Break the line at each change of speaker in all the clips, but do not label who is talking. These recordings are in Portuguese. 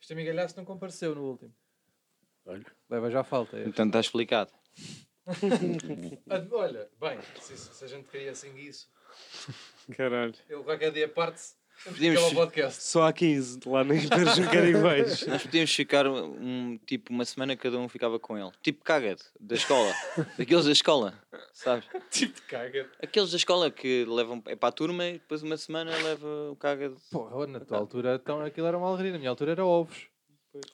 Sr. Miguel Aço não compareceu no último.
Olha.
Leva já falta. é. este.
Portanto, está explicado.
Ah, Olha, bem, se, se a gente queria assim isso,
Caralho.
ele qualquer dia parte-se.
Podíamos-
Podíamos... podcast.
Só há 15 de lá na Hiperjucarimais.
Nós podíamos ficar um, tipo uma semana, cada um ficava com ele. Tipo caga-te, da escola. Daqueles da escola, sabes?
Tipo de caga.
Aqueles da escola que levam é para a turma e depois uma semana leva o caga-te.
Pô, eu na tua altura então, aquilo era uma alegria. Na minha altura era ovos.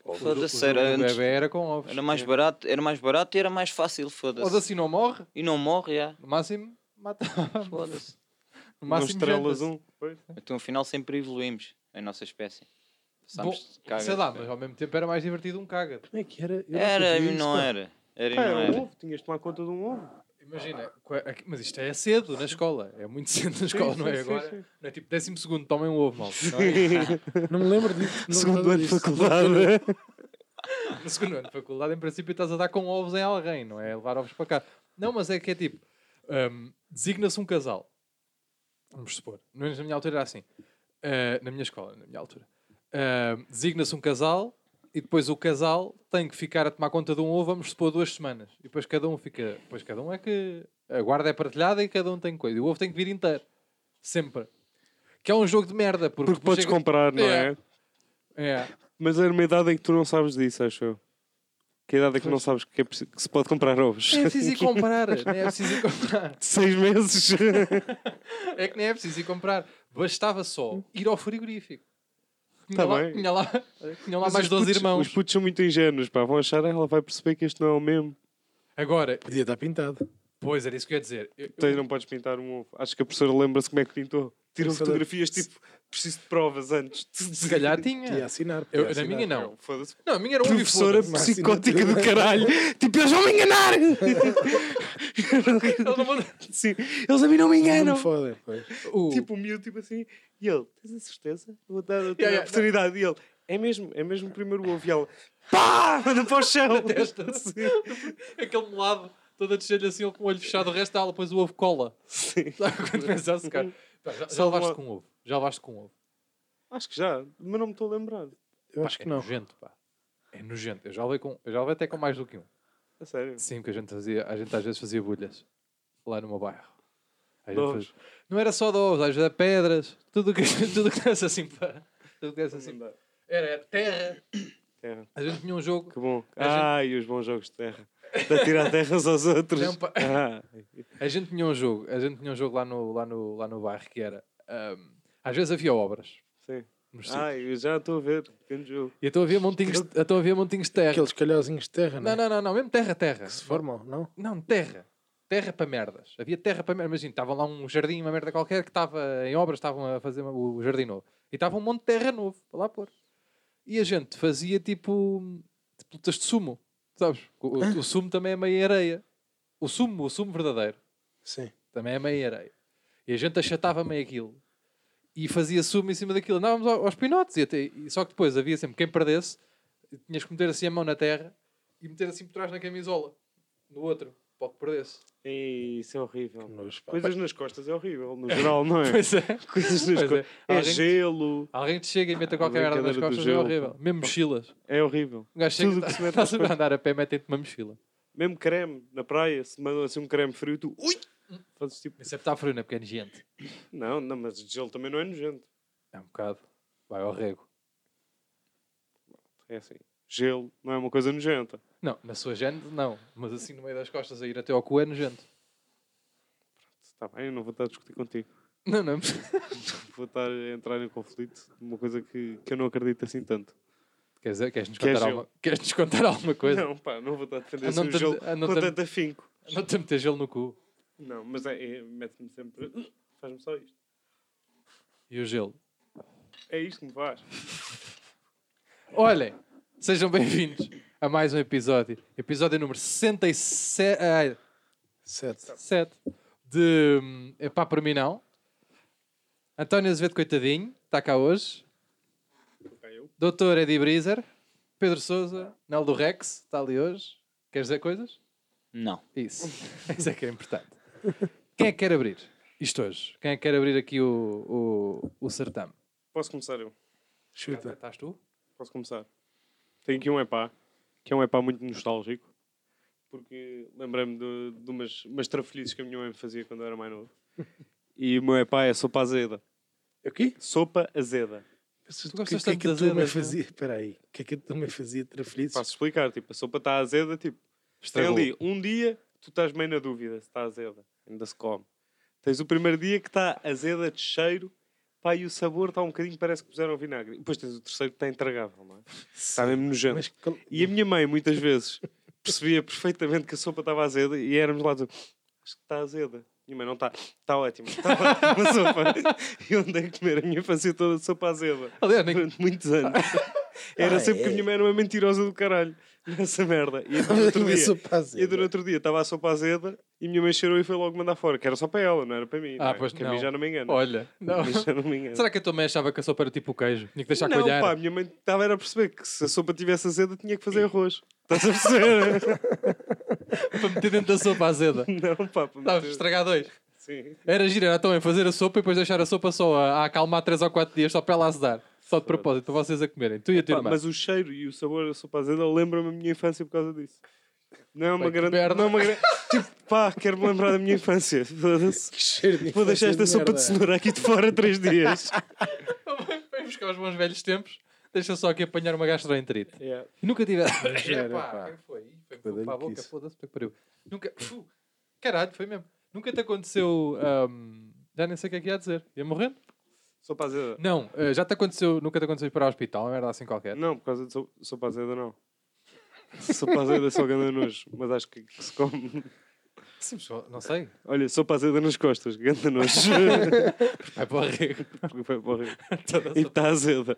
Foda-se,
O jogo
era
do
antes-
bebê era com ovos.
Era mais barato, era mais barato e era mais fácil,
Ou
foda-se.
assim não morre,
E não morre, já.
no máximo mata.
Um
Foda-se.
No
Não
máximo
estrelas
janta-se.
um. Pois.
Então, afinal, sempre evoluímos, a nossa espécie. Passámos de
Sei
caga-te
lá,
para-
mas ao mesmo tempo era mais divertido um caga.
Como é que era? Eu
Era
fazia
e
isso,
não
pá.
era. Era e
Pá,
não é?
era um
era.
ovo, tinhas de tomar conta de um ovo.
Imagina, co- aqui- mas isto é cedo na escola. É muito cedo na escola,
sim,
não é
sim,
agora?
sim.
Não é tipo décimo segundo, tomem um ovo, mal. Não é?
Não me lembro disso. não me
Segundo
lembro
ano de
disso.
faculdade.
No segundo ano de faculdade, em princípio, estás a dar com ovos em alguém, não é? Levar ovos para cá. Não, mas é que é tipo, hum, designa-se um casal. Vamos supor. No menos na minha altura era assim. Ah, na minha escola, na minha altura. Ah, designa-se um casal e depois o casal tem que ficar a tomar conta de um ovo, vamos supor, duas semanas. E depois cada um fica. Depois cada um é que. A guarda é partilhada e cada um tem coisa. E o ovo tem que vir inteiro. Sempre. Que é um jogo de merda. Porque,
Porque podes
chega-
comprar, não é?
É.
Mas era uma idade em que tu não sabes disso, acho eu. Que idade é que não sabes que, é preciso- que se pode comprar ovos?
Nem é preciso ir comprar. Nem é preciso ir comprar.
Seis meses.
É que nem é preciso ir comprar. Bastava só ir ao frigorífico. Tinha
Hum. Tá
lá,
bem.
Tinha lá, tinha lá
Mas
mais
os
12
putos- Os
irmãos.
putos são muito ingênuos, pá. Vão achar, "Ah, ela vai perceber que este não é o mesmo.
Agora,
Podia estar pintado.
pois era isso que eu ia dizer. Eu-
Tu não podes pintar um ovo. Acho que a professora lembra-se como é que pintou. Tiram
Professora-
fotografias tipo, preciso de provas antes.
se calhar
Podia
tinha.
assinar.
Eu-
podia
na
assinar.
minha não.
Foda-se.
Não, a minha era um e
é? Professora
foda-se.
Uma
psicótica do
assinatura.
caralho. Tipo, eles vão me enganar.
Ele não manda- Uh,
Sim, eles a mim não me
Não
enganam.
me foda, pois.
O-
Tipo, o miúdo, tipo assim. E ele, tens a certeza? Vou dar outra
Yeah, yeah,
oportunidade. E ele, é mesmo, é mesmo o primeiro ovo. E ela, pá, manda para o chão.
testa.
Sim.
aquele molado, todo a descer assim, ele com o olho fechado, o resto dá depois o ovo cola.
Sim.
Sabe quando começa a secar? Pá, Já, já
Só
levaste
uma-
com ovo. Já levaste com ovo.
Acho que já, mas não me estou a lembrar.
Eu
Pá,
acho que
é
não.
nojento, pá. É nojento. Eu já levei, com, eu já levei até com mais do que um.
A sério.
Sim, porque a gente, fazia, a gente às vezes fazia bolhas lá no meu bairro. A gente
Dons.
faz- Não era só de ovos, às vezes era pedras, tudo que tudo que desse assim para. Tudo que desse assim. Era, era terra.
Terra.
A gente tinha um jogo.
Que bom.
A gente-
Ai, os bons jogos de terra. De tirar terras aos outros.
Não, pá.
Ah,
A gente tinha um jogo, a gente tinha um jogo lá no, lá no, lá no bairro que era. ahm, às vezes havia obras.
sim.
nos
Ah,
sítios.
Ai, eu já estou a ver. Pequeno jogo.
E então havia montinhos, de- então havia montinhos de terra.
Aqueles calhauzinhos de terra,
Não,
né?
não, não, não, mesmo terra, terra.
Que se formam, não?
Não, terra. Terra para merdas. Havia terra para merdas. Imagina, estava lá um jardim, uma merda qualquer, que estava em obras, estavam a fazer uma- o jardim novo. E estava um monte de terra novo, para lá pôr. E a gente fazia tipo pelotas de sumo, sabes? O, o- o sumo também é meia areia. O sumo, o sumo verdadeiro,
Sim.
também é meia areia. E a gente achatava meio aquilo. E fazia sumo em cima daquilo. Andávamos ao- aos pinotes. E até, e só que depois havia sempre quem perdesse, tinhas que meter assim a mão na terra e meter assim por trás na camisola, no outro, para o que perdesse.
Ei, isso é horrível.
Nos- pá,
Coisas nas costas é horrível, no geral, não é?
Pois é.
Coisas nas
Pois é.
costas. É
Alguém-
gelo.
Alguém te chega e mete
A
qualquer merda nas
brincadeira do
costas, é
gelo,
horrível.
pá.
Mesmo mochilas.
É horrível.
Um gajo
Tudo
chega
que se
e
mete
estás
nas
a
costas.
andar a pé, metem-te uma mochila.
Mesmo creme na praia, se mandam assim um creme frio, tu. Ui! Fazes tipo.
Isso é está frio, não é pequena gente.
Não, não, mas gelo também não é nojento.
É um bocado. Vai ao rego.
É assim. Gelo não é uma coisa nojenta.
Não, na sua gente, não. Mas assim, no meio das costas, a ir até ao cu é nojento.
Está Tá bem, eu não vou estar a discutir contigo.
Não,
é
não.
Vou estar a entrar em conflito de uma coisa que, que eu não acredito assim tanto.
Quer dizer, queres-nos
Que é
contar,
gelo.
alguma... queres contar alguma coisa?
Não, pá, não vou estar a defender
Ah, não
assim o
te-
gelo
ah, não
com
te-
tanto afinco.
Não te meter gelo no cu.
Não, mas é, é, mete-me sempre. Faz-me só isto.
E o gelo.
É isto que me faz.
Olhem, sejam bem-vindos a mais um episódio. Episódio número 67. ai,
Sete.
7 de hum, Epá para mim não. António Azevedo Coitadinho, está cá hoje.
Ok, eu.
Doutor Eddie Brizer, Pedro Souza, Naldo Rex, está ali hoje. Queres dizer coisas?
Não.
Isso. Isso é que é importante. Quem é que quer abrir isto hoje? Quem é que quer abrir aqui o, o, o certame?
Posso começar eu?
Chuta.
Estás tu?
Posso começar? Tenho aqui um epá, que é um epá muito nostálgico, porque lembrei-me de, de umas, umas trafolhices que a minha mãe me fazia quando eu era mais novo. E o meu epá é sopa azeda.
O quê?
Sopa azeda.
Tu
gostas
que, é
tanto
que a
das
tua mãe
eras, não?
fazia? Espera aí. O que é que a tua mãe fazia de trafelhices?
Posso explicar, tipo, a sopa está azeda, tipo, tem
Estragou.
ali um dia que tu estás meio na dúvida se está azeda, ainda se come. Tens o primeiro dia que está azeda de cheiro, pá, e o sabor está um bocadinho, parece que puseram vinagre. E depois tens o terceiro que está intragável, não é? Está mesmo nojento.
Mas qual-
E a minha mãe, muitas vezes, percebia perfeitamente que a sopa estava azeda e éramos lá, tipo, acho que está azeda. Minha mãe não está, está ótimo, está ótima a sopa. E eu andei a comer, a minha fazia toda a sopa azeda.
Aliás, nem-
Durante muitos anos. Era
Ah,
sempre que a
é?
minha mãe era uma mentirosa do caralho. Nessa merda. E durante outro
Minha
dia,
sopa azeda.
e durante outro dia estava a sopa azeda e a minha mãe cheirou e foi logo mandar fora, que era só para ela, não era para mim.
Ah,
não é?
pois
que a
não.
mim já não me engana.
Olha, não.
A mim já não me engana.
Será que a tua mãe achava que a sopa era tipo o queijo? Tinha que deixar
não,
coalhar?
pá, a minha mãe estava era a perceber que se a sopa tivesse azeda tinha que fazer arroz. Estás a perceber?
para meter dentro da sopa azeda.
não, pá, para
Estavas a
meter-
estragar dois.
Sim.
Era gira, era também fazer a sopa e depois deixar a sopa só a, a acalmar 3 ou 4 dias só para ela azedar. Só de propósito, para vocês a comerem. Tu e a tua
Pá,
irmã.
mas o cheiro e o sabor da sopa azeda lembram-me a minha infância por causa disso. Não é uma
Bem, que
grande.
merda.
Não é uma grande. tipo, pá, quero-me lembrar da minha infância. Foda-se.
Que cheiro de
Vou deixar
infância
esta sopa de
merda.
cenoura aqui de fora três dias.
Vem buscar os bons velhos tempos. Deixa só aqui apanhar uma gastroenterite. E nunca tive.
era,
Epá,
pá.
quem foi? Foi
Foi
para a
dano que
boca,
isso.
foda-se, puta que pariu. Nunca. Fu, caralho, foi mesmo. Nunca te aconteceu. ahm, já nem sei o que é que ia dizer. Ia morrer?
Sopa azeda.
Não, eh, já te aconteceu. Nunca te aconteceu ir para o hospital, uma merda assim qualquer.
Não, por causa de so- sopa azeda, não. Sopa azeda é só grande nojo, mas acho que que se come.
Sim, mas só- não sei.
Olha, sopa azeda nas costas, grande nojo.
Vai para o arrego.
Porque foi para o rio.
Toda
E está azeda.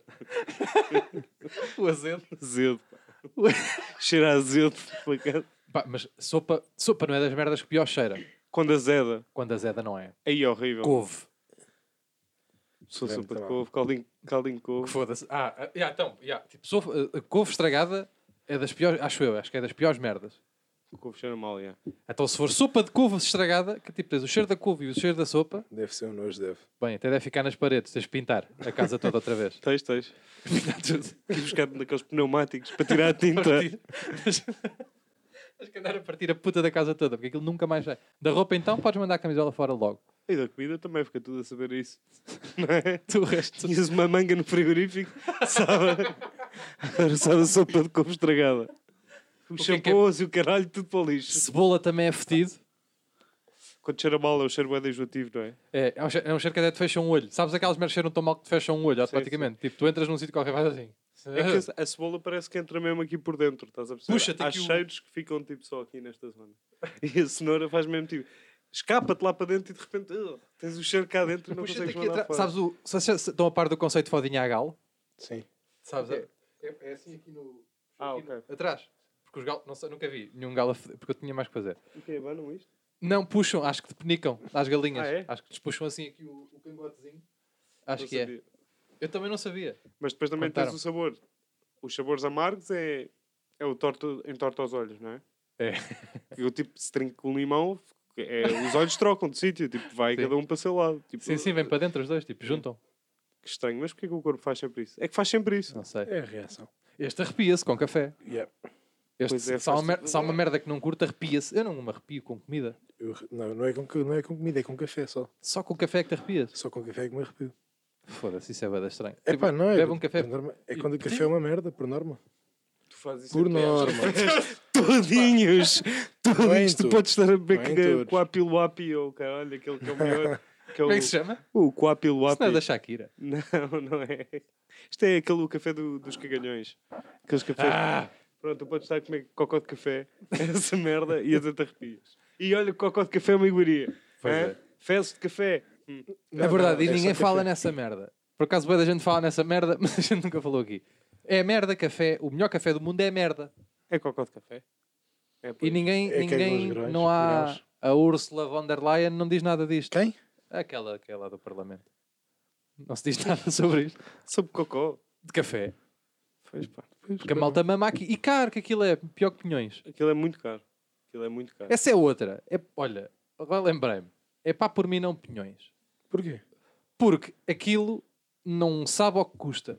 o azedo.
Azedo. Cheira a azedo. pela cara.
Pá, mas sopa, sopa não é das merdas que pior cheira.
Quando azeda.
Quando azeda não é.
Aí é horrível.
Couve.
Sou
Grande
sopa de
trabalho.
couve, caldinho, caldinho de couve.
Foda-se. Ah, ah, yeah, então, yeah, tipo, sopa, eh, couve estragada é das piores, acho eu, acho que é das piores merdas.
Couve cheira mal, já.
Então, se for sopa de couve estragada, que tipo tens o cheiro da couve e o cheiro da sopa,
Deve ser um nojo, deve.
bem, até deve ficar nas paredes, tens de pintar a casa toda outra vez.
Tens, tens.
Pintar tudo.
Fui buscar naqueles pneumáticos para tirar a tinta.
Partir. Tens tens que andar a partir a puta da casa toda, porque aquilo nunca mais sai. Da roupa, então, podes mandar a camisola fora logo.
E da comida também fica tudo a saber isso. Não é?
Tu o resto.
Tinhas uma manga no frigorífico, sabe? Agora sabe a sopa de couve estragada. Os
que é que é?
shampoos e o caralho, tudo para o lixo.
Cebola também é fedido.
Quando cheira mal, é o cheiro é enjoativo, não é?
É, é um che- é um cheiro que até te fecha um olho. Sabes aquelas merdas que cheiram tão mal que te fecham um olho,
sim.
automaticamente. Tipo, tu entras num sítio qualquer, vais assim.
É que a cebola parece que entra mesmo aqui por dentro, estás a perceber?
Puxa-te
Há
aqui um- o-
cheiros que ficam tipo só aqui nesta zona. E a cenoura faz mesmo tipo... Escapa-te lá para dentro e de repente ugh, tens o cheiro cá dentro e não
Puxa-te
consegues
aqui
mandar
atrás.
fora.
Sabes o... se- se- se- Estão a par do conceito de fodinha a galo?
Sim.
Sabes? É, é assim aqui no...
Ah,
aqui no-
ok.
Atrás. Porque os galos... Não sei, nunca vi nenhum galo a feder, porque eu tinha mais que fazer.
O que é, banam isto?
Não, puxam. Acho que te penicam às galinhas.
Ah, é?
Acho que te puxam assim aqui o, o cangotezinho. Acho
Não
que é.
sabia.
Eu também não sabia.
Mas depois também
Contaram.
tens o sabor. Os sabores amargos é, é o torto, entorta aos olhos, não é?
É.
E Eu, tipo, se trinco com limão, é, os olhos trocam de sítio. Tipo, vai
Sim.
cada um para o seu lado. Tipo,
Sim, sim, vem para dentro os dois, tipo, juntam.
Que estranho. Mas porquê que o corpo faz sempre isso? É que faz sempre isso.
Não sei.
É a reação.
Este arrepia-se com café.
Yeah.
Este,
Pois é,
se, há uma
faz
mer-
tudo.
se há uma merda que não curta, arrepia-se. Eu não me arrepio com comida.
Eu re- não, não é com, co- não é com comida, é com café só.
Só com o café é que te arrepias.
Só com café é que me arrepio.
Foda-se, isso é bada estranho.
É pá, não é.
Bebe um café.
por norma- é quando o café é uma merda, por norma.
Tu fazes isso
Por norma.
Todinhos.
Não é em
Todinhos. Tu
todos.
podes estar a
Não é em
beber
todos.
coapi luapi ou caralho, aquele que é o melhor. Que é
Como é que se
o,
chama?
o coapi
Isso não é
luapi.
da Shakira.
Não, não é. Isto é aquele café do- dos cagalhões. Aqueles cafés. Pronto, tu podes estar a comer cocó de café, essa merda, e até te arrepias. E olha, que cocó de café é uma iguaria.
Pois
hã?
é.
Fezes de café. Hum.
é verdade,
não,
e
é
ninguém
só
fala
café.
nessa merda. Por acaso, boa da gente fala nessa merda, mas a gente nunca falou aqui. É merda, café. O melhor café do mundo é merda.
É cocó de café. É,
E ninguém,
É que é
ninguém
com os grãos,
não há.
grãos.
A Ursula von der Leyen não diz nada disto.
Quem?
Aquela, aquela do Parlamento. Não se diz nada sobre isto.
Sobre cocó.
De café.
Pois pá.
Porque a malta mama aqui. E caro que aquilo é pior que pinhões.
Aquilo é muito caro. Aquilo é muito caro.
Essa é outra. É, olha, agora lembrei-me. É pá por mim não pinhões.
Porquê?
Porque aquilo não sabe ao que custa.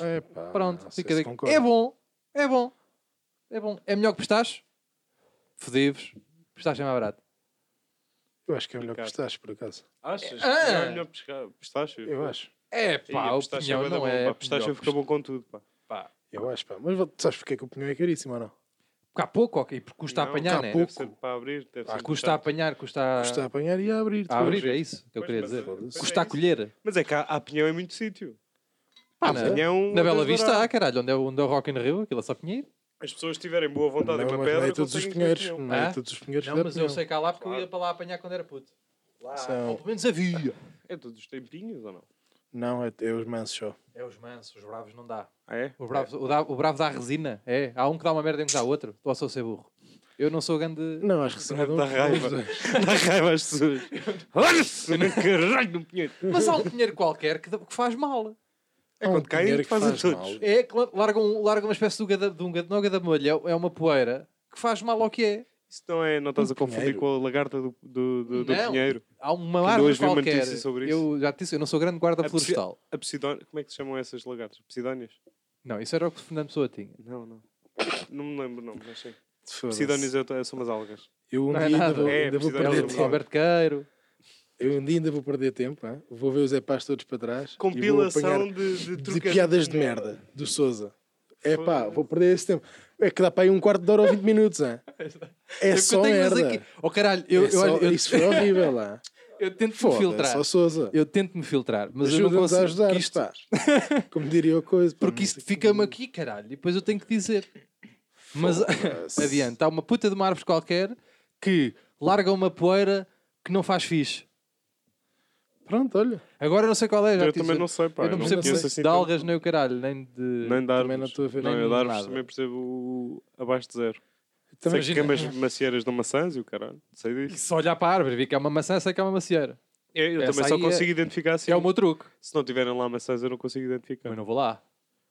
É pá,
Pronto,
não sei
fica
se
daqui.
concordo.
É bom, é bom, é bom. É melhor que pistache? Fodi-vos. Pistache é mais barato.
Eu acho que é melhor que
Ricardo.
pistache, por acaso.
Achas?
Ah!
que é melhor pescar pistache?
Eu acho,
É
Ih,
pá,
a
o
pistache é
opinião
bué da
não
bom,
é.
pá. A pistache
melhor.
fica bom com tudo, pá.
Pá,
eu acho, pá. Mas tu sabes porque é que o pinhão é caríssimo ou não?
Porque há pouco, ok, porque custa a
Não,
apanhar,
cá
né?
pouco.
Deve ser para abrir, deve
Ah,
ser
Custa a
bastante.
apanhar, custa,
Custa a apanhar e a abrir.
Ah. a
depois.
abrir, é isso que eu
Pois,
queria
mas
dizer.
é- pois
Custa
é
a
isso.
colher.
Mas é que há- há pinhão em muito sítio.
Pá,
mas
na-
é.
Pinhão
Na
a
Bela
um Deus
Vista
dará.
há, caralho, onde é, onde é o Rock in Rio, aquilo é só pinheiro.
As pessoas tiverem boa vontade em
Não,
uma
mas
pedra,
não é todos os
conseguem
pinheiros.
ter um. pinhão.
Não é
Ah?
todos os pinheiros. que
Não,
dá
mas eu
pinhão.
sei que há lá porque eu
Claro.
ia para lá apanhar quando era puto. Lá,
São-
ou pelo menos havia.
É todos os tempinhos ou não?
Não, é, é os mansos só.
É os mansos, os bravos não dá.
Ah, é?
O bravo, o, dá- o bravo dá resina, é. Há um que dá uma merda e um que dá outra. Estou a só ser burro. Eu não sou grande.
Não, acho que sim.
Dá é raiva.
É
Dá raiva às pessoas. Olha-se no caralho do pinheiro.
Mas há um pinheiro qualquer que, que faz mal.
É quando caem,
um pinheiro
que fazem
faz
todos.
mal.
É que la- larga, um- larga uma espécie de, um gada- de um gada- não é um gadamolho, é- é uma poeira que faz mal ao que é.
Isso não é, não estás a confundir
Um pinheiro.
com a lagarta do, do, do, do
Não.
pinheiro.
Há uma
Ainda
árvore
hoje vi uma
qualquer.
notícia sobre isso.
Eu já te disse, eu não sou grande guarda
É possi-
florestal.
A psidónia, como é que se chamam essas lagartas? Psidónias?
Não, isso era o que o Fernando Pessoa tinha.
Não, não. Não me lembro o nome, mas sei.
Foda-se.
Psidónias é- são umas algas.
Eu um
Não
dia
é
ainda
nada.
vou-
É,
ainda
precisa
vou
de
perder
Era
Alberto
o
tempo.
Alberto Queiro.
Eu um dia ainda vou perder tempo. hã? Vou ver os epás todos para trás. e vou apanhar
Compilação de, de,
de
troca-
piadas de merda do Souza. É pá,
Foda-se.
vou perder esse tempo. É que dá para aí um quarto de hora ou 20 minutos. hã? É
porque eu
só
tenho umas
merda.
aqui. Oh caralho, eu,
É
eu, olha,
só-
eu,
Isso foi horrível lá.
eu tento me
Foda-se,
filtrar.
ó Souza.
Eu tento me filtrar, mas eu não
Ajuda-nos a
consigo.
ajudar.
que isto-
pá. Como diria a coisa. pá,
porque
não
isto
sei
fica-me aqui, caralho, e depois eu tenho que dizer. Mas
Foda-se.
adiante, há uma puta de uma árvore qualquer que larga uma poeira que não faz fixe.
que- Pronto, olha.
Agora eu não sei qual é, já
Eu
te disse.
também não sei, pá.
eu não percebo
conheço
de-
assim
de
tanto.
algas nem o caralho, nem de.
Nem de
Também não
árvores.
estou a ver.
Não,
nem-
eu de árvores
nada.
também percebo o- abaixo de zero.
Também-
Sei que queimas macieiras de maçãs e o caralho. Sei
E
disso.
se olhar para a árvore, vi que é uma maçã, sei que é uma macieira.
Eu, eu
Essa
também só
aí é-
consigo identificar assim.
Que é o meu truque.
Se não tiverem lá maçãs, eu não consigo identificar.
Mas não vou lá.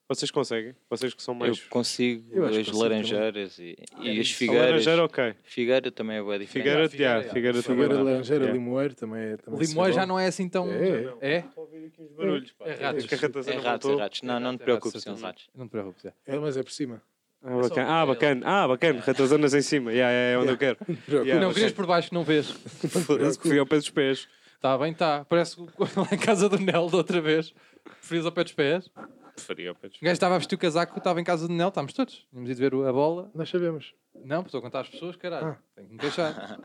Vocês conseguem? Vocês que são mais.
Eu consigo
Eu acho que
as
consigo
laranjeiras e,
É
e as
A
figueiras.
laranjeira, ok.
Figueira também é boa diferente.
Figueira,
Figueira,
já. Figueira,
Figueira,
também.
Laranjeira,
Yeah.
Limoeiro também é. Também
Limoeiro já
é.
não é assim tão.
É.
É?
Estou a ouvir aqui uns barulhos, pá.
É ratos.
As carretas
É
não
ratos, é
voltou.
ratos. Não, não te
É rato,
preocupes, são
certeza.
ratos.
Não te preocupe Zé.
É, mas é por cima.
Ah, bacana.
É só-
Ah, bacana. Ah, bacana. Ratazanas em cima. Yeah, yeah, é onde eu quero. Yeah,
Não,
mas-
querias por baixo que não vês.
Foda-se que fui ao pé dos pés.
Está bem, está. Parece que lá em casa do Nel da outra vez. Preferias ao pé dos pés. O
Preferia ao pé dos pés.
gajo estava a vestir o casaco, estava em casa do Nel, estávamos todos. Tínhamos ido ver o- a bola.
Nós sabemos.
Não, estou a contar às pessoas, caralho.
Ah.
Tenho que me queixar.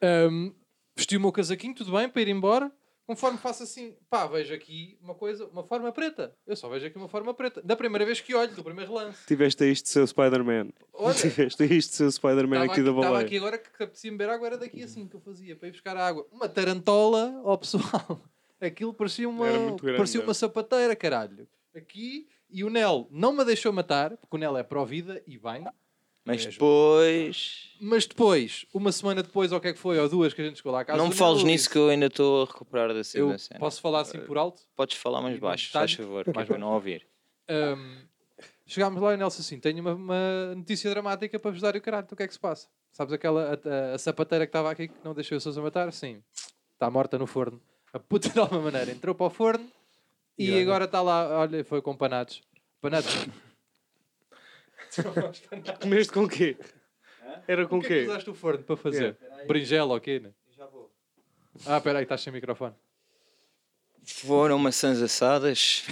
Ahm, vesti o meu casaquinho, tudo bem, para ir embora. Conforme faço assim, pá, vejo aqui uma coisa, uma forma preta. Eu só vejo aqui uma forma preta. Da primeira vez que olho, do primeiro lance.
Tiveste isto, seu Spider-Man.
Olha,
Tiveste isto, seu Spider-Man
estava
aqui
aqui,
da
estava
baleia.
aqui agora que apetecia-me beber água, era daqui assim que eu fazia, para ir buscar água. Uma tarantola, ó pessoal. Aquilo parecia uma,
Era muito grande,
parecia
era.
uma sapateira, caralho. Aqui, e o Nel não me deixou matar, porque o Nel é pró-vida e bem.
Mas
Mesmo.
depois.
Mas depois, uma semana depois, ou o que é que foi, ou duas, que a gente chegou lá a casa.
não
o
me
Nel
fales
disse,
nisso que eu ainda estou a recuperar da
Eu
cena. cena.
posso falar assim por alto?
Podes falar mais
Digo
baixo,
detalhes.
faz favor, que é para eu não ouvir.
Ahm, chegámos lá e o Nelson assim: tenho uma, uma notícia dramática para vos dar e o caralho, então o que é que se passa? Sabes aquela a, a- a sapateira que estava aqui que não deixou o Sousa matar? Sim, está morta no forno. A puta de alguma maneira entrou para o forno e,
E olha.
agora está lá, olha, foi com panados. Panados. é
Comeste com o quê? Era com
o
o
que é que
quê?
usaste o forno para fazer? Berinjela ou quê? Né? Ah, espera aí, estás sem microfone.
Foram maçãs assadas.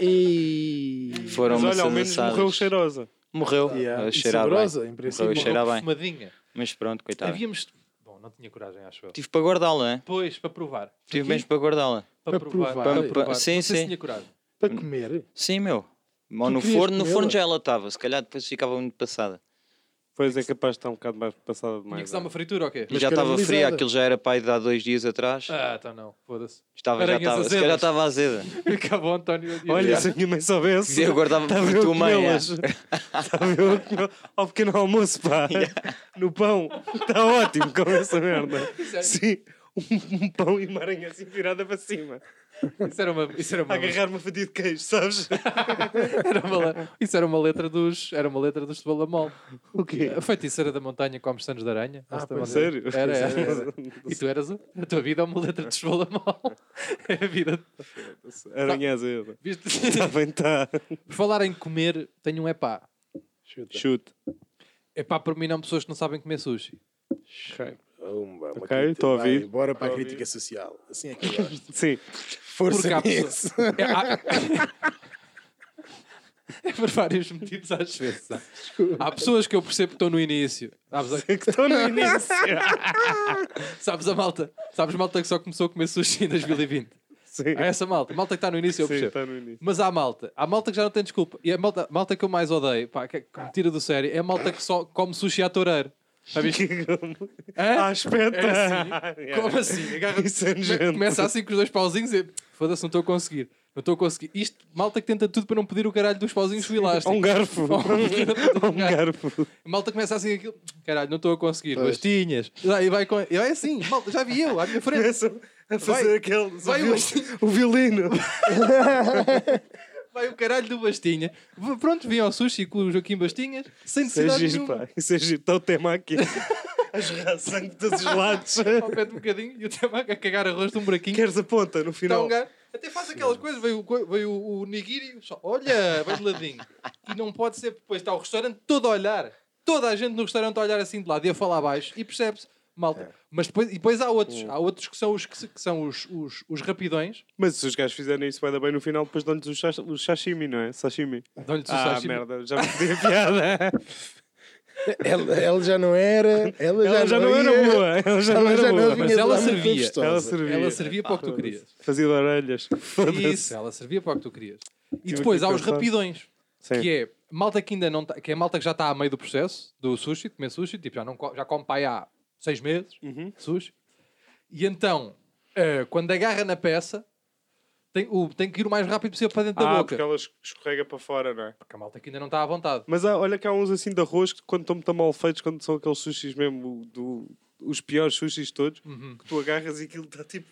E.
Foram
Mas olha, ao
maçãs
menos morreu
assadas.
cheirosa.
Morreu.
Yeah.
a
E
cheirar
saborosa,
bem.
em princípio.
Morreu a cheirar
Uma
bem. Tá.
Fumadinha.
Mas pronto, coitado.
Havíamos. Bom, não tinha coragem, acho eu.
Tive para guardá-la, hein?
Depois, para provar.
Tive
Aqui,
mesmo para guardá-la.
para
Para
provar.
provar.
Para
Para-
provar.
sim,
Não sei se
sim.
tinha coragem.
Para comer.
Sim, meu. Ou
Tu
no
querias
forno, no
comê-la?
forno já ela estava. Se calhar depois ficava muito passada.
Pois é capaz de estar um bocado mais passada
Tinha que
demais.
é.
se dar uma fritura ou quê?
E já estava
caramelizada.
fria, aquilo já era pai de há dois dias atrás.
Ah, então não, foda-se.
Estava, já
Aranhas
estava, se
azedas.
calhar estava azeda.
Acabou o António. a dizer.
é? Olha, se a minha mãe soubesse.
Eu guardava para a tua mãe. é.
Estava eu a comer ao pequeno almoço, pá. No pão. Tá Está ótimo com essa merda. Sim. Um, um pão e uma aranha assim virada para cima.
Isso era uma, isso era uma,
agarrar uma fatia de queijo, sabes?
era uma le- isso era uma letra dos, era uma letra dos de Balamol.
O quê?
A feiticeira da montanha come sanos de aranha.
Ah,
Esta
pois
maneira.
Sério?
Era, era, era. E tu eras o- a tua vida é uma letra de esfolamol. É a vida.
Aranha azeda.
Viste?
Está bem, tá. está.
Por falar em comer, tenho um epá.
Chuta.
Chute.
Epá, por mim, não pessoas que não sabem comer sushi.
Pumba, uma
Ok,
crítica.
estou a
Vai,
ouvir.
Bora para
Estou
a
a
crítica social. Assim é que eu gosto.
Sim.
Porque
Força
há
nisso.
pessoas. É, há- é por vários motivos, às vezes. Há, há pessoas que eu percebo que estão no início. Sabes, a-
Que estão no início.
sabes a malta? Sabes a malta que só começou a comer sushi em 2020?
Sim.
Há essa malta. Malta que está no início, eu
Sim,
É,
tá.
percebo.
está no início.
Mas há malta, há malta que já não tem desculpa. E a malta, malta que eu mais odeio, pá, que, que me tira do sério, é a malta que só come sushi à toureira. Sabes?
Ah,
Hã?
espeta. Ah,
É assim. Como assim? Agarra
Isso é nojento.
Começa assim com os dois pauzinhos e foda-se, não estou a conseguir. Não estou a conseguir. Isto, malta que tenta tudo para não pedir o caralho dos pauzinhos Oh, com o elástico.
Um garfo.
Um
Um garfo.
Malta começa assim aquilo. Caralho, não estou a conseguir.
Pois.
Bastinhas. E vai com. E vai assim, malta, já vi eu, à minha frente.
Começam a fazer
Vai-
aquele.
vai
o,
o
viol-
baixinho.
o violino.
Vai o caralho do Bastinha. V- Pronto, vim ao sushi com o Joaquim Bastinhas, sem
Isso é
necessidade
giro,
nenhuma.
pá. Isso é giro. Está o tema aqui. A jorrar sangue de todos os lados.
Ao pé de um bocadinho e o tema a cagar arroz de um buraquinho.
Queres a ponta
Está
no
um
final?
gajo. Até faz aquelas coisas, veio, o coi- veio o, o nigiri, só, olha, vai de ladinho. E não pode ser, depois está o restaurante todo a olhar. Toda a gente no restaurante a olhar assim de lado e a falar baixo e percebe-se, malta.
É.
Mas depois, e depois há outros,
Hum.
há outros que são os, que se- que são os, os, os rapidões.
Mas se os gajos fizerem isso, vai dar bem no final, depois dão-lhes o sas- o sashimi, não é? Sashimi.
Dão-lhes o
Ah,
sashimi.
merda, já me perdi a piada.
Ela, ela já não era. Ela já,
Ela já não era
ia-
boa. Ela já não
Ela já
era
não
boa.
mas
vinha de
ela
lá muito
servia.
gostosa.
Ela servia.
Ela servia para o que tu
Foda-se.
querias.
Fazia de orelhas. Foda-se.
Isso, ela servia para o que tu querias. E
Tive
depois
aqui
há
a
os
pensar.
rapidões.
Sim.
que é malta que ainda não tá, que é malta que já está a meio do processo do sushi, de comer sushi, tipo, já, não, co- já come pai há seis meses,
Uhum.
sushi, e então, eh, quando agarra na peça, tem, o, tem que ir o mais rápido possível para dentro da
Ah,
boca.
porque ela es- escorrega para fora, não é?
Porque a malta que ainda não está à vontade.
Mas há- olha que há uns assim de arroz que quando estão muito mal feitos, quando são aqueles sushis mesmo, do, os piores sushis todos,
Uhum.
que tu agarras e aquilo está tipo.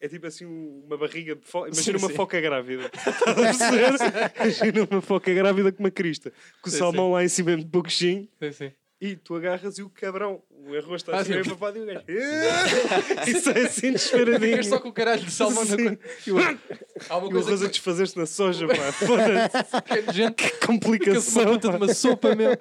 É tipo assim uma barriga de foca. Imagina
Sim,
uma
sim.
foca grávida. Estás a perceber? Imagina uma foca grávida com uma crista. Com o
Sim,
salmão lá em cima de boquinho.
Sim, sim.
E tu agarras e o cabrão, o arroz está
Ah, sim.
assim meio papado e o gajo. Isso é assim desesperadinho.
Ficas só com o caralho de salmão na
Sim.
co- E o- Há uma
E o
coisa
arroz a
que
desfazer-se na soja, pá. Foda-se,
é gente
que
Fica-se uma
complicação.
puta de
pá.
uma sopa, meu.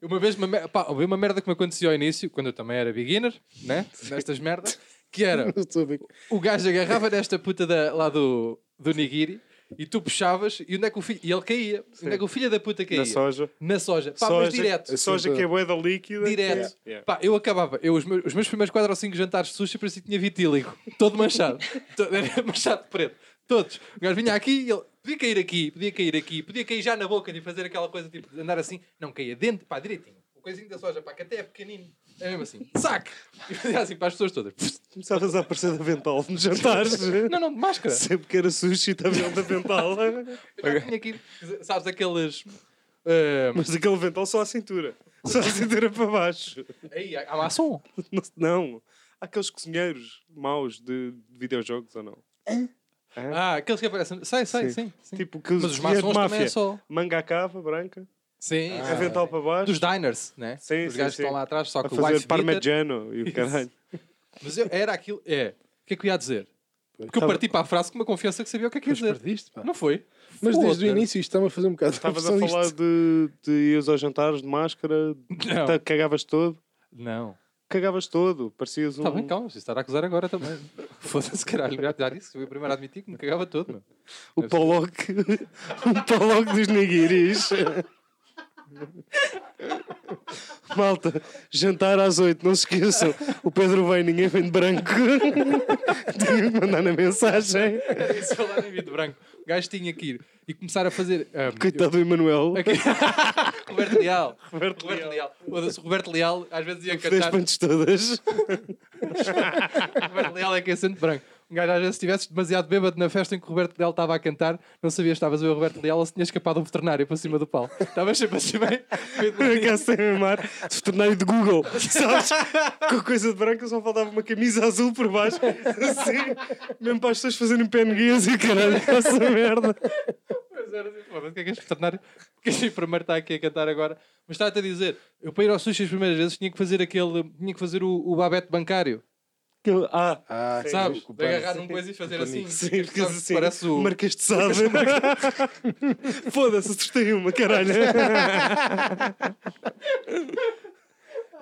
Uma vez, uma, mer- pá, houve uma merda que me aconteceu ao início, quando eu também era beginner, né? Nestas merdas, que era.
Eu estou a ver.
O gajo agarrava nesta puta da- lá do, do Nigiri e tu puxavas e onde é que o filho. E ele caía. Onde é que o filho da puta caía?
Na soja.
Na soja. Pá,
soja,
mas direto.
a Soja que é boeda líquida.
Direto.
que é- Yeah.
Pá, eu acabava. Eu, os, meus, os meus primeiros 4 ou 5 jantares de sushi parecia que tinha vitíligo. Todo manchado. Todo, era manchado de preto. Todos. O gajo vinha aqui e ele podia cair aqui, podia cair aqui, podia cair já na boca de fazer aquela coisa tipo de andar assim. Não caía dentro, pá, direitinho. O coisinho da soja, pá, que até é pequenino. É mesmo assim. Saque! E fazia assim para as pessoas todas.
Começavas a aparecer da vental nos jantares.
Não, não, de máscara.
Sempre que era sushi, estava ele da vental.
Eu já tinha aqui, sabes, aqueles. ah,
Mas aquele vental só à cintura. Só à cintura para baixo.
aí, há há som.
Não- Não. Há aqueles cozinheiros maus de de videojogos ou não?
Ah, aqueles que aparecem. Sei, sei, sim. sim.
É. Tipo, que os
Mas os
dinheiro de
maçons também é
máfia.
só.
Manga à cava, branca,
Sim. é
avental para baixo,
Dos diners, né?
Sim,
Os
sim,
gajos que
sim.
estão lá atrás, só
a
que o wife beater.
fazer parmigiano e o
é
caralho.
Mas eu, era aquilo. É. O que é que eu ia dizer? Porque eu
Tava-
parti para a frase com uma confiança que sabia o que é que ia
Mas
dizer.
perdiste, pá.
Não foi?
Mas
Foda.
desde o início isto está-me a fazer um bocado de
Estavas a
confusão
falar
isto.
de, de ires aos jantares de máscara,
Não.
te cagavas todo,
Não.
cagavas todo, parecias um.
Está Tá bem, calma, se estar a acusar agora também. Foda-se, caralho, já, já disse, fui o primeiro a admitir que me cagava todo, meu.
o Pollock, o Pollock dos nigiris. Malta, jantar às oito, não se esqueçam. O Pedro vem, ninguém vem de branco. Tinha que mandar na mensagem.
Era isso, falar em vidro branco. O gajo tinha que ir e começar a fazer. ah,
Coitado do Emanuel.
Aqui- Roberto Leal.
Roberto
Roberto Leal. Foda-se, Roberto Leal às vezes ia
Das
cantar.
pantes todas.
Roberto Leal é que é santo branco. Um gajo, às vezes, se estivesse demasiado bêbado na festa em que o Roberto Leal estava a cantar, não sabias se estavas a ver o Roberto Leal ou se tinha escapado um veterinário para cima do pau. Estavas sempre assim bem.
Quer ser mimar? Veterinário de Google, sabes? Com coisa de branca só faltava uma camisa azul por baixo, assim, mesmo para as pessoas fazerem PNGs e o caralho, essa merda.
Pois era assim, foda-se, o que é que este veterinário, o que é que este enfermeiro está aqui a cantar agora? Mas está-te a dizer, eu para ir ao sushi as primeiras vezes tinha que fazer aquele, tinha que fazer o, o babete bancário,
Que eu- Ah,
Ah,
Sim.
sabes?
com o
De
pano.
agarrar num coisa e fazer assim.
sim, porque
Sabes,
assim,
Parece o...
Marquês de Sade. Foda-se, acertei uma, caralho.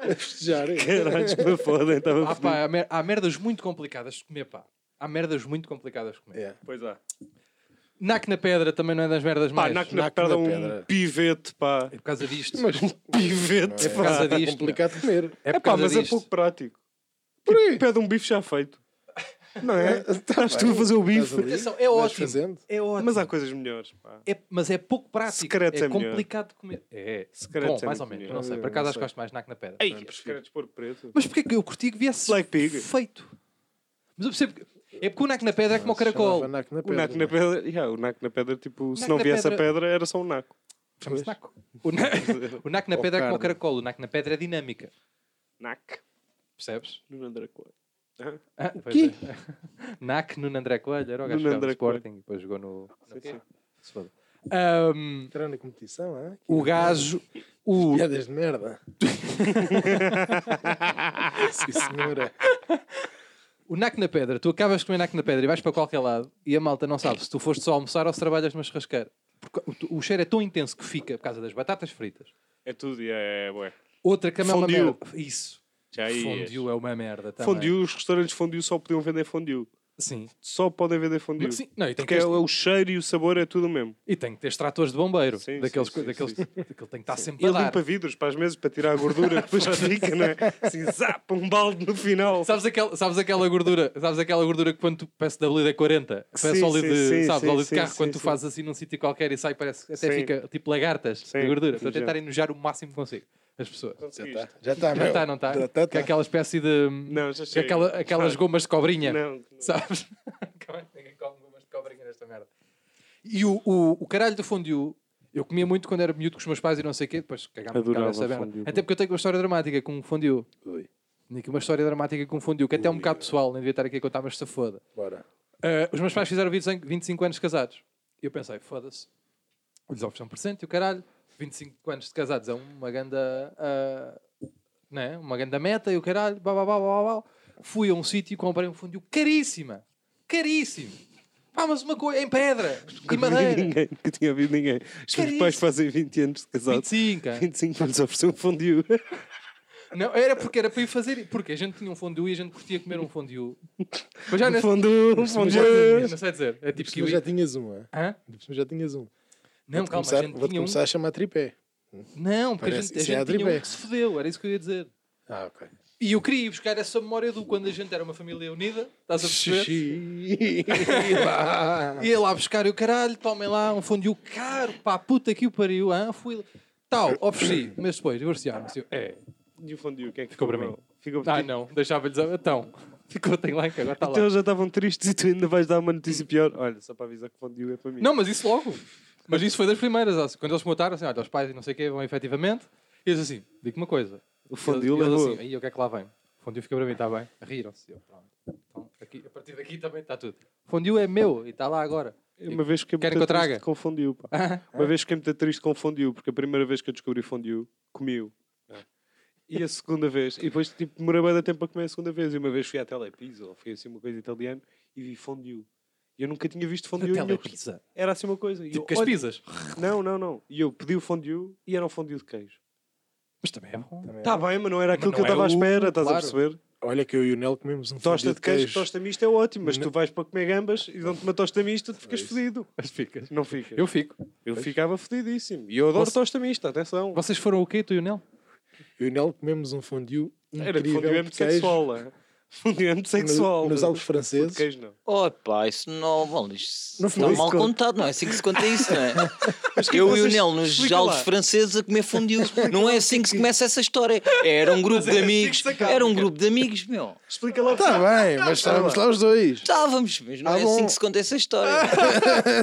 A
um
festejar. é.
Caralho, que me fodem, estava
Ah,
a foder.
pá, há, mer- há merdas muito complicadas de comer, pá. Há merdas muito complicadas de comer.
É.
Pois é.
Nac na pedra também não é das merdas
Pá,
mais.
na
naco
perda
na
um
pedra.
pivete, pá.
É por causa disto.
Mas
Pivete,
É
por
pá. tá
causa
é
disto,
complicado comer.
É
É
por
pá,
causa
mas é
disto.
pouco prático.
Porquê?
Pede um bife já feito. Não é? Estás tu a
bem.
fazer o
Estás
bife.
ali,
Atenção, é
vais
ótimo.
fazendo.
É ótimo.
Mas há coisas melhores, pá.
É, mas é pouco prático.
Secretos
é
é melhor.
complicado de comer. É, bom,
Secretos é
mais ou
muito
menos. Não
melhor.
sei. Por
Eu
acaso
não
acho que
sei.
gosto mais de nac na pedra.
Ei,
Mas-
prefiro pôr preto.
Mas porquê é que eu curti que viesse
Black Pig.
feito? Mas eu percebo que... É porque o nac na pedra é como o
Se chamava
caracol.
naco na
O naco na
pedra. né?
pedra, um yeah, o naco na pedra, tipo, se
Naco
não
na
viesse
pedra-
a pedra, era só um naco.
Chama-se naco. O na- o nac na
Ou
pedra é como o
carne.
caracol. O nac na pedra é dinâmica.
Nac.
Percebes?
No André Coelho.
Ah, pois
quê?
é. Nac no André Coelho. Era o gajo
Nuno
que jogava no
André Coelho.
Sporting. e Depois jogou no...
Sim, sim.
Se foda. Ahm,
Entrar na competição, ah?
o gajo... O,
Piadas de merda. Sim, senhora.
O naco na pedra, tu acabas de comer naco na pedra e vais para qualquer lado e a malta não sabe se tu foste só almoçar ou se trabalhas numa churrasqueira. Porque o, tu- o cheiro é tão intenso que fica por causa das batatas fritas.
É tudo, é, é, ué.
Outra que também é uma
Fondue.
merda. Isso.
Já ias.
Fondue é uma merda também.
Fondue, os restaurantes fondue só podiam vender fondue.
Sim.
Só podem vender fondue.
Mas, sim. então Não, e tem,
Porque
que
é,
ter,
o cheiro e o sabor é tudo o mesmo.
e tem que ter extratores de bombeiro.
Sim,
daqueles,
sim, sim,
daqueles,
sim,
Daquele tem que estar sempre
E
a dar.
limpa vidros para as mesas para tirar a gordura, depois já fica, né? Assim, zap, um balde no final.
Sabes aquela, sabes aquela gordura? Sabes aquela gordura que quando tu peças da lida 40? Que parece
Sim,
óleo de,
sim, sim,
sabes,
sim,
óleo de
sim,
carro
sim,
quando tu
sim.
fazes assim num sítio qualquer e sai, parece até
Sim.
fica tipo lagartas de
Sim,
gordura. Estou a
sim,
tentar
já.
enujar o máximo que consigo as pessoas.
Já
Conseguiste.
está. Já está,
Já tá. está, não
Tá,
está?
Já está,
Que é aquela espécie de.
Não, já
que é
chega.
aquela, aquelas
Já.
gomas de cobrinha.
Não,
Sabes? Como é que Ninguém come gomas de cobrinha nesta merda. E o, o, o caralho do fondue, eu comia muito quando era miúdo com os meus pais e não sei o quê, depois cagava um bocado
Adorava
essa merda.
fondue.
Até porque eu tenho uma história dramática com o fondue.
Ui,
Tinha aqui uma história dramática com o fondue, que até é um bocado pessoal, nem devia estar aqui a contar, mas se foda.
bora.
Ah, os meus pais fizeram 25 25 anos de casados. E eu pensei, foda-se. Eles ofereceram um presente e o caralho. 25 anos de casados é uma ganda, ah, né? uma ganda meta e o caralho. Blá, blá, blá, blá, blá. Fui a um sítio e comprei um fundiu caríssima. Caríssimo. Pá, mas uma coisa em pedra e madeira.
Ninguém, que tinha havido ninguém. Os meus
Caríssimo.
pais fazem 20 anos de casado.
25. ah.
25 anos ofereceu um fondue.
Não, era porque era para ir fazer. Porque a gente tinha um fondue e a gente curtia comer um fondue. Mas já
Um
neste...
fondue, um
mas já tinha,
fondue.
não sei dizer. É tipo
Tipo,
que
já tinhas um, ah?
Hã?
Tipo, já tinhas um.
Não, calma, a
Começar-
gente
Vou-te
tinha um
começar a chamar tripé.
Não, porque a
Parece
gente, a
isso
gente
é
tinha um
Adribé.
que se fodeu, era isso que eu ia dizer.
Ah, ok.
E eu queria ir buscar essa memória do quando a gente era uma família unida, estás a perceber?
Xixi.
Ia lá buscar e o caralho, tomem lá um fondue caro, pá, puta que o pariu, hã? fui tal, ofereci, mas depois divorciaram-se. Eu, É,
E o fondue, quem é que
Ficou para
comeu?
mim.
Ficou
ah
para ti.
não, deixava-lhes a... Então, ficou tem lá, que agora está lá.
Então eles já estavam tristes e tu ainda vais dar uma notícia pior. Olha, só para avisar que fondue é para mim.
Não, mas isso logo. Mas isso foi das primeiras, assim, quando eles me contaram, assim, olha, os pais e não sei o quê vão efetivamente. E eles assim, digo uma coisa,
o
E
fondue
eles
levou.
assim, aí o que é que lá vem? Fondue fica para mim, está bem? Riram-se. Eu, pronto. Então, aqui, a partir daqui também está tudo. Fondue é meu e está lá agora.
Uma vez que
Querem que eu traga?
Confundiu, pá.
É.
Uma vez que muito triste confundiu, porque a primeira vez que eu descobri fundiu, comi-o.
É.
E a segunda vez, e depois tipo, demorei bem da tempo a comer a segunda vez. E uma vez fui à Telepizza, ou fui assim uma coisa italiana, e vi fundiu. E eu nunca tinha visto fundiu.
pizza.
Era assim uma coisa. E
Tipo
eu,
que as
olha-
pizzas.
Não, não, não. E eu pedi o fundiu e era um fundiu de queijo.
Mas também é bom.
Está bem, mas não era aquilo
Mas
que eu
não é
estava à
o-
espera, estás
claro.
a perceber?
Olha que eu e o Nel comemos um
Tosta
fondue
de queijo, tosta mista é ótimo, mas
Não.
tu vais para comer gambas e dão-te uma tosta mista, tu ficas fedido.
Mas ficas.
Não fica.
Eu fico.
Eu ficava fedidíssimo. E eu adoro
Você-
tosta mista, atenção.
Vocês foram o quê, tu e o Nel?
Eu e o Nel comemos um fondue
Era
incrível
de fondue
de
muito
queijo.
sexual. é? Fundimento sexual.
No- nos Alpes franceses.
De queijo, não.
Oh pá, isso não. Bom, isto está
Não foi
mal
isso que-
contado, não é assim que se conta isso, não é? Eu e o
vocês-
Nel nos
explica
Alpes
lá.
franceses a comer fundiu. Não é assim que se começa essa história. Era um grupo de amigos. Era um grupo de amigos, meu.
Explica lá.
Está Tá bem, mas estávamos lá os dois.
Estávamos, mas não
Ah,
é
bom.
assim que se conta essa história.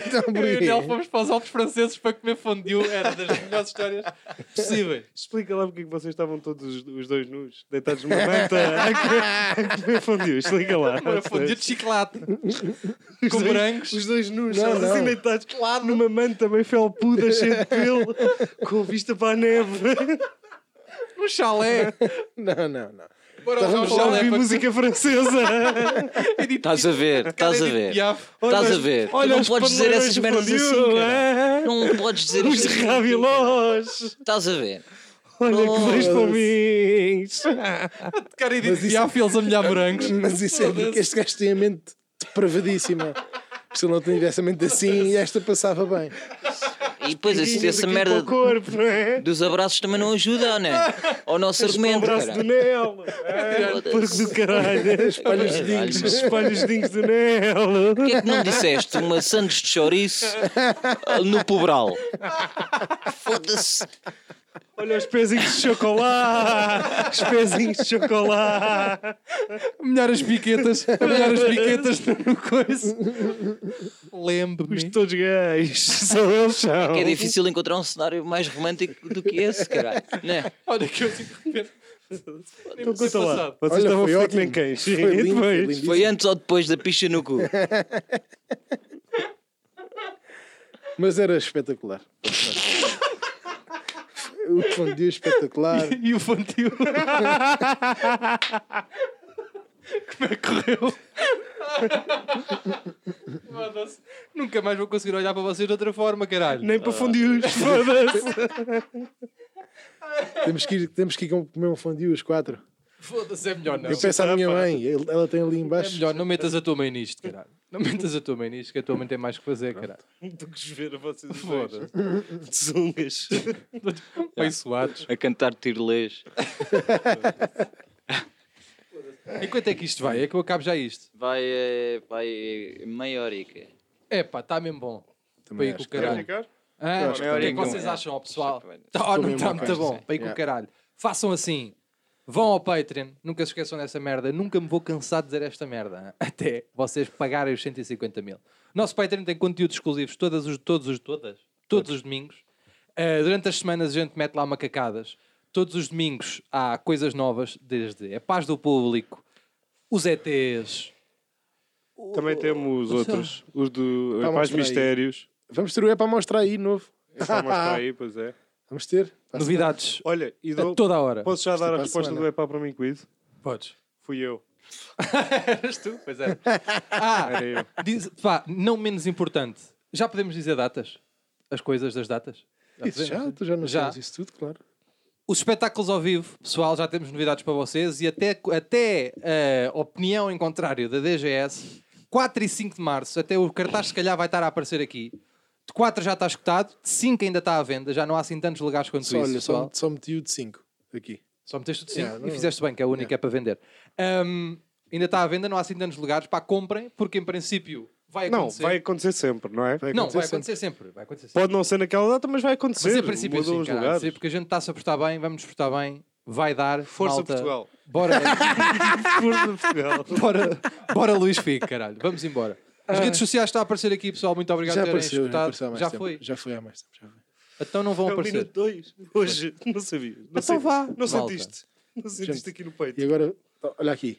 Então,
Eu e o Nel
porquê?
fomos para os Alpes franceses para comer fondue. Era das melhores histórias possíveis.
Explica lá porque é que vocês estavam todos os- os dois nus, deitados numa manta a co- a comer fondue. Explica lá.
Uma fondue de chiclate.
Os
com
dois-
morangos.
Os dois nus,
Não,
eles assim
não.
deitados numa manta meio felpuda, cheia de pelo, com vista para a neve.
Um chalé.
Não, não, não. é
Bora usar um
Estávamos
Já
chalé
ouvi
para
música francesa.
Estás a ver, estás a ver.
Piaf.
Estás a ver. Tu não
os
podes dizer
paneleiros
essas
do
merdas
fondue,
assim, cara.
é?
Não podes dizer
Os
isto.
rabilós.
Estás a ver.
Olha
Nossa.
que dois pomins.
Cara,
Mas
Edith
isso-
Piaf, eles a molhar morangos.
Mas isso é porque este gajo tem a mente depravadíssima. Se ele não tivesse a mente assim, esta passava bem.
E depois essa essa merda
O corpo, não é?
dos abraços também não ajuda, não é? Ao nosso
O
argumento,
um braço do
cara.
Nel. é? Porco do caralho.
Espalha os
Caralho,
dinhos.
meu.
Espalha os dinhos do Nel.
Porquê é que não disseste uma Santos de chouriço ah, no Pobral? Foda-se.
Olha os pezinhos de chocolate! Os pezinhos de chocolate!
A molhar as biquetas. A molhar as biquetas no coice.
Os
Lembre-me.
todos gays! São eles são!
Que é difícil encontrar um cenário mais romântico do que esse, caralho. Não é?
Olha que eu assim de repente. Nem
Então
me
conta
sei
lá,
passado.
vocês
Olha,
estavam
foi
feito nem
ótimo.
cães.
Foi
E
lindo, foi
depois?
lindo.
Foi antes ou depois da picha no cu?
Mas era espetacular. o fondue é espetacular.
E o fondue. Como é que correu? Foda-se. Nunca mais vou conseguir olhar para vocês de outra forma, caralho.
Nem
Ah.
para fundir os foda-se!
Temos que, ir, temos que ir comer um fondue os quatro.
Foda-se, é melhor não.
Eu peço à minha mãe, ele- ela tem ali
É
embaixo.
melhor, não metas a tua mãe nisto, caralho. Não metas a tua mãe nisto, que a tua mãe tem mais que fazer, caralho.
Estou a ver a vocês os dois.
Foda-se.
Zungas!
Bem suados.
A cantar tirolês.
Enquanto é que isto vai? É que eu acabo já isto.
Vai, eh, vai eh, meia horica.
É pá, está mesmo bom. Para ir com o
acho é.
caralho. Hã? O que é que
então,
vocês
é.
acham, ó, pessoal?
Estou bem.
Tá, ó, não
bem
está
bom,
muito bom.
um sim.
Para ir com o
Yeah.
caralho. Façam assim. Vão ao Patreon. Nunca se esqueçam dessa merda. Nunca me vou cansar de dizer esta merda. hã? Até vocês pagarem os 150 mil. Nosso Patreon tem conteúdos exclusivos todas os, todos os todas, todos os domingos. Uh, durante as semanas a gente mete lá macacadas. Todos os domingos há coisas novas, desde a paz do público, os ETs,
Também temos outros. Os do
Tá,
Paz
mostra aí.
Mistérios.
Vamos ter o é para mostrar aí novo.
Está a mostrar aí, pois é.
Vamos ter.
novidades
Olha, e
a
dou...
É toda a hora.
posso já dar a
para a
resposta do
semana.
Epá para mim, quiz?
Podes.
Fui eu.
Eras tu? Pois é. Ah,
Era eu.
Diz, pá, não menos importante, já podemos dizer datas? As coisas das datas? Já
Isso
podemos?
já, tu já não
Já.
sabes isso tudo, claro.
Os espetáculos ao vivo, pessoal, já temos novidades para vocês e até, até eh, opinião em contrário da DGS, 4 e 5 de março, até o cartaz se calhar vai estar a aparecer aqui. De 4 já está escutado, de 5 ainda está à venda, já não há assim tantos legais quanto
Só,
isso.
olha,
pessoal.
só, só meti o de 5 aqui.
Só meteste de 5
Yeah,
e
não-
fizeste bem, que é o único que é para vender. Ahm, ainda está à venda, não há assim tantos lugares. Pá, comprem, porque em princípio vai
Não,
acontecer.
vai acontecer sempre, não é?
não, vai
sempre.
acontecer sempre. Vai acontecer sempre.
Pode não ser naquela data, mas vai acontecer.
Mas em princípio
Mudam
sim,
os
caralho,
lugares.
sim, é porque a gente está-se a portar bem, vamos nos portar bem, vai dar.
Força
malta.
Portugal.
Bora,
Força Portugal.
bora, bora Luís Figo, caralho. Vamos embora. As redes sociais estão a aparecer aqui, pessoal. Muito obrigado
Já
por terem
apareceu, já
escutado.
apareceu há mais
Já
tempo.
foi.
Já foi há mais tempo. Já foi.
Então não vão
É o minuto
aparecer.
2. Hoje, não sabia. Não
Então
sei.
vá,
Não
malta.
sentiste. Não sentiste
Gente,
aqui no peito.
E agora, olha aqui.